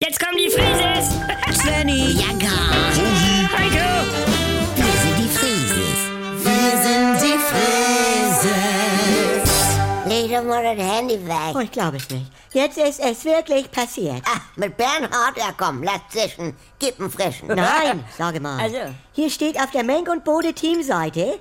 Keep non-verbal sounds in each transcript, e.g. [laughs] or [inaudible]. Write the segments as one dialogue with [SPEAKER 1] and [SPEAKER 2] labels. [SPEAKER 1] Jetzt kommen die Frises! [laughs]
[SPEAKER 2] Svenny,
[SPEAKER 3] Ja, gar.
[SPEAKER 1] Heiko!
[SPEAKER 3] Wir sind die Frieses. Wir sind die Frieses.
[SPEAKER 4] Leg doch mal das Handy
[SPEAKER 2] oh,
[SPEAKER 4] weg.
[SPEAKER 2] ich glaube es nicht. Jetzt ist es wirklich
[SPEAKER 1] [laughs]
[SPEAKER 2] passiert.
[SPEAKER 4] Ah, mit Bernhard, ja komm, lass zischen. Kippen frischen.
[SPEAKER 2] Nein, sage mal.
[SPEAKER 1] Also.
[SPEAKER 2] Hier steht auf der Menk und Bode Teamseite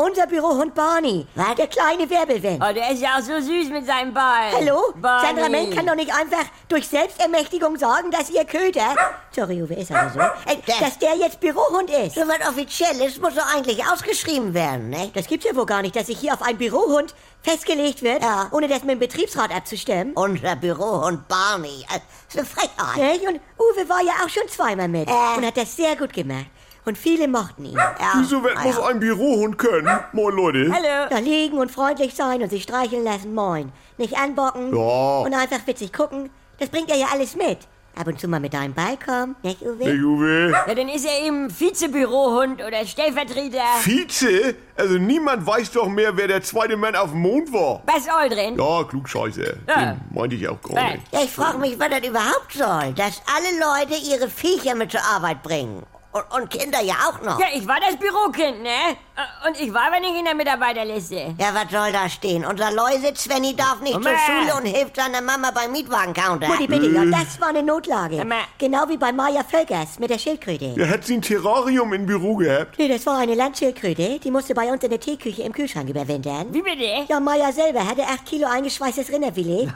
[SPEAKER 2] unser Bürohund Barney.
[SPEAKER 4] Was?
[SPEAKER 2] Der kleine Wirbelwind.
[SPEAKER 1] Oh, der ist ja auch so süß mit seinem Ball.
[SPEAKER 2] Hallo?
[SPEAKER 1] Barney.
[SPEAKER 2] Sandra Menk kann doch nicht einfach durch Selbstermächtigung sorgen, dass ihr Köter. Sorry, Uwe, ist aber so.
[SPEAKER 1] [laughs]
[SPEAKER 2] Äh,
[SPEAKER 4] Der-
[SPEAKER 2] dass der jetzt Bürohund ist.
[SPEAKER 4] Wenn was offiziell ist, muss doch eigentlich ausgeschrieben werden, ne?
[SPEAKER 2] Das gibt's ja wohl gar nicht, dass sich hier auf einen Bürohund festgelegt wird,
[SPEAKER 4] Ja.
[SPEAKER 2] ohne das mit dem Betriebsrat abzustimmen.
[SPEAKER 4] Unser Bürohund Barney. Das ist eine Frechheit.
[SPEAKER 2] Nicht? Und Uwe war ja auch schon zweimal mit
[SPEAKER 4] Äh.
[SPEAKER 2] und hat das sehr gut gemacht. Und viele mochten ihn. Also,
[SPEAKER 4] Ja,
[SPEAKER 5] Wieso wird
[SPEAKER 1] Ah,
[SPEAKER 4] na
[SPEAKER 5] muss
[SPEAKER 4] ja.
[SPEAKER 5] ein Bürohund können? Moin Leute.
[SPEAKER 1] Hallo.
[SPEAKER 2] Da liegen und freundlich sein und sich streicheln lassen, moin. Nicht anbocken
[SPEAKER 5] Ja.
[SPEAKER 2] und einfach witzig gucken. Das bringt er ja alles mit. Ab und zu mal mit deinem Ball kommen, nicht
[SPEAKER 5] Hey,
[SPEAKER 2] Uwe?
[SPEAKER 5] Uwe.
[SPEAKER 1] Ja, dann ist er eben Vizebürohund oder Stellvertreter.
[SPEAKER 5] Vize? Also niemand weiß doch mehr, wer der zweite Mann auf dem Mond war.
[SPEAKER 1] Was Aldrin?
[SPEAKER 5] Ja, klugscheiße.
[SPEAKER 1] Ja.
[SPEAKER 5] Den meinte ich auch gar
[SPEAKER 1] Ja.
[SPEAKER 5] nicht.
[SPEAKER 4] Ja, ich frage mich, was das überhaupt soll, dass alle Leute ihre Viecher mit zur Arbeit bringen. Und, und Kinder ja auch noch.
[SPEAKER 1] Ja, ich war das Bürokind, ne? Und ich war aber nicht in der Mitarbeiterliste.
[SPEAKER 4] Ja, was soll da stehen? Unser Läuse Svenny darf nicht zur
[SPEAKER 1] Mama.
[SPEAKER 4] Schule und hilft seiner Mama beim Mietwagencounter.
[SPEAKER 2] Mutti, bitte, ja, das war eine Notlage.
[SPEAKER 1] Mama.
[SPEAKER 2] Genau wie bei Maya Völkers mit der Schildkröte.
[SPEAKER 5] Ja, hat sie ein Terrarium im Büro gehabt?
[SPEAKER 2] Nee, das war eine Landschildkröte, die musste bei uns in der Teeküche im Kühlschrank überwintern.
[SPEAKER 1] Wie bitte?
[SPEAKER 2] Ja, Maya selber hatte 8 Kilo eingeschweißtes Rinderfilet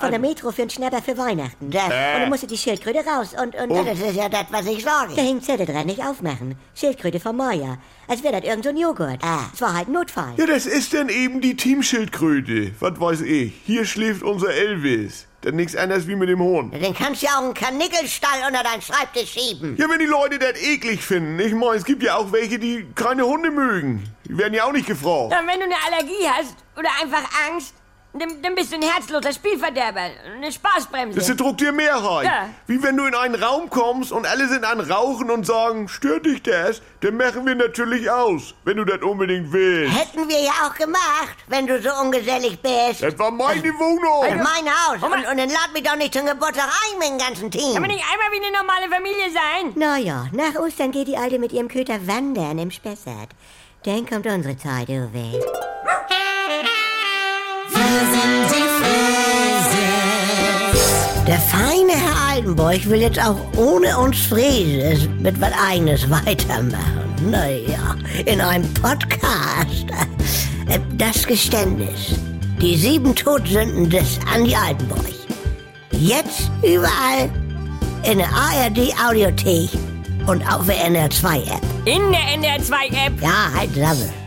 [SPEAKER 2] von der Metro für einen Schnapper für Weihnachten.
[SPEAKER 4] Das,
[SPEAKER 2] Und dann musste die Schildkröte raus und, und,
[SPEAKER 4] Ja, das ist ja das, was ich
[SPEAKER 2] Da
[SPEAKER 4] sage.
[SPEAKER 2] hing Zettel dran, nicht aufmachen. Schildkröte von Maya. Als wäre das irgend so ein Joghurt.
[SPEAKER 4] Ah.
[SPEAKER 2] Es war halt ein Notfall.
[SPEAKER 5] Ja, das ist dann eben die Teamschildkröte. Was weiß ich. Hier schläft unser Elvis. Dann nichts anderes wie mit dem Hund.
[SPEAKER 4] Den kannst du ja auch einen Kanickelstall unter deinen Schreibtisch schieben.
[SPEAKER 5] Ja, wenn die Leute das eklig finden. Ich meine, es gibt ja auch welche, die keine Hunde mögen. Die werden ja auch nicht gefragt.
[SPEAKER 1] Ja, wenn du eine Allergie hast oder einfach Angst, dann, dann bist du ein herzloser Spielverderber. Eine Spaßbremse.
[SPEAKER 5] Das ist eine Druckdiermehrheit.
[SPEAKER 1] Ja.
[SPEAKER 5] Wie wenn du in einen Raum kommst und alle sind an Rauchen und sagen, stört dich das? Dann machen wir natürlich aus, wenn du das unbedingt willst.
[SPEAKER 4] Hätten wir ja auch gemacht, wenn du so ungesellig bist.
[SPEAKER 5] Das war meine Wohnung.
[SPEAKER 4] Mein Haus. Und,
[SPEAKER 1] Mama.
[SPEAKER 4] und dann lad mich doch nicht zum Geburtstag ein mit dem ganzen
[SPEAKER 1] Kann man
[SPEAKER 4] Team.
[SPEAKER 1] nicht einmal wie eine normale Familie sein?
[SPEAKER 2] Naja, nach Ostern geht die Alte mit ihrem Köter wandern im Spessart. Dann kommt unsere Zeit, Uwe.
[SPEAKER 3] Wir sind die Frieses.
[SPEAKER 4] Der feine Herr Altenburg will jetzt auch ohne uns Frieses mit was Eigenes weitermachen. Naja, in einem Podcast. Äh, Das Geständnis. Die sieben Todsünden des Andi Altenburg. Jetzt überall in der ARD-Audiothek und auf der NR2-App.
[SPEAKER 1] In der NDR 2 App.
[SPEAKER 4] Ja, halt Sammel.